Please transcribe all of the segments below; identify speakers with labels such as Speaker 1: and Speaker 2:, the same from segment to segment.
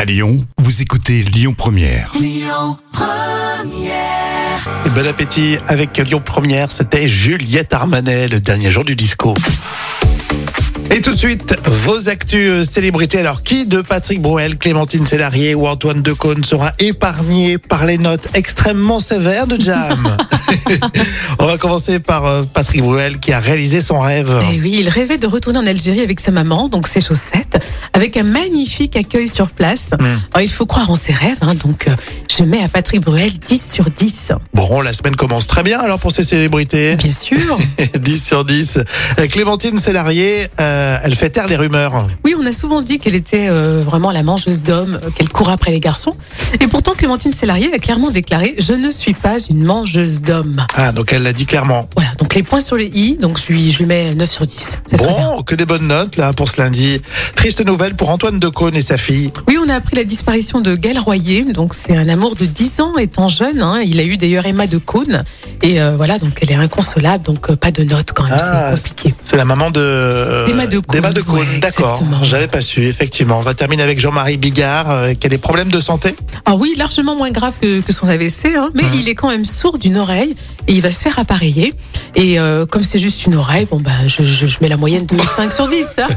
Speaker 1: À Lyon, vous écoutez Lyon Première.
Speaker 2: Et bon appétit avec Lyon Première, c'était Juliette Armanet, le dernier jour du disco. Et tout de suite, vos actus euh, célébrités. Alors, qui de Patrick Bruel, Clémentine Sélarié ou Antoine Decaune sera épargné par les notes extrêmement sévères de Jam On va commencer par euh, Patrick Bruel qui a réalisé son rêve.
Speaker 3: Eh oui, il rêvait de retourner en Algérie avec sa maman, donc c'est chose faite, avec un magnifique accueil sur place. Alors, il faut croire en ses rêves, hein, donc euh, je mets à Patrick Bruel 10 sur 10.
Speaker 2: Bon, la semaine commence très bien alors pour ces célébrités.
Speaker 3: Bien sûr.
Speaker 2: 10 sur 10. Euh, Clémentine Sélarié, euh, elle fait taire les rumeurs.
Speaker 3: Oui, on a souvent dit qu'elle était euh, vraiment la mangeuse d'hommes, euh, qu'elle court après les garçons. Et pourtant, Clémentine Sélarié a clairement déclaré Je ne suis pas une mangeuse d'hommes.
Speaker 2: Ah, donc elle l'a dit clairement.
Speaker 3: Voilà, donc les points sur les i, donc je lui, je lui mets 9 sur 10. C'est très bien.
Speaker 2: Bon, que des bonnes notes là pour ce lundi. Triste nouvelle pour Antoine Decaune et sa fille.
Speaker 3: Oui, on a appris la disparition de Gaël Royer. Donc, c'est un amour de 10 ans étant jeune. hein. Il a eu d'ailleurs Emma de Cône. Et euh, voilà, donc elle est inconsolable. Donc, euh, pas de notes quand même.
Speaker 2: Ah,
Speaker 3: c'est compliqué.
Speaker 2: C'est la maman de euh,
Speaker 3: D'Emma de Cône.
Speaker 2: d'Emma de Cône,
Speaker 3: Ouais,
Speaker 2: d'accord.
Speaker 3: exactement.
Speaker 2: J'avais pas su, effectivement. On va terminer avec Jean-Marie Bigard, euh, qui a des problèmes de santé.
Speaker 3: Ah oui, largement moins grave que, que son AVC. hein,
Speaker 2: Ah.
Speaker 3: mais il est quand même sourd d'une oreille. Et il va se faire appareiller. Et euh, comme c'est juste une oreille, bon, ben, je, je- je mets la moyenne de 5 sur 10. hein.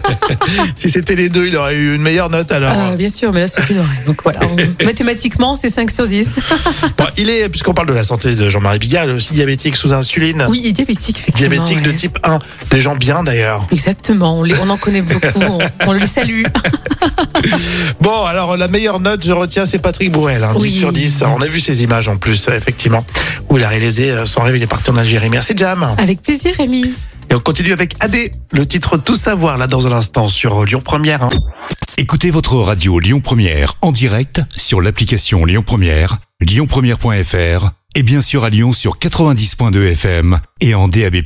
Speaker 2: Si c'était les deux, il aurait eu une meilleure note alors.
Speaker 3: Euh, bien sûr, mais là, c'est qu'une oreille. Donc voilà. on- Mathématiquement, c'est 5 sur 10.
Speaker 2: Bon, il est, puisqu'on parle de la santé de Jean-Marie Bigard, il est aussi diabétique sous insuline.
Speaker 3: Oui, et diabétique, effectivement.
Speaker 2: diabétique de
Speaker 3: ouais.
Speaker 2: type 1. Des gens bien d'ailleurs.
Speaker 3: Exactement, on, les- on en connaît beaucoup, on, on les salue.
Speaker 2: Bon, alors la meilleure note, je retiens, c'est Patrick Bouel, hein, 10
Speaker 3: Oui.
Speaker 2: sur 10. On a vu ces images en plus, euh, effectivement, où il a réalisé euh, son rêve, il est parti en Algérie. Merci Jam.
Speaker 3: Avec plaisir, Rémi.
Speaker 2: Et on continue avec AD, le titre Tout savoir là dans un instant sur Lyon Première. hein.
Speaker 1: Écoutez votre radio Lyon Première en direct sur l'application Lyon Première, lyonpremière.fr et bien sûr à Lyon sur 90.2 FM et en DAB+.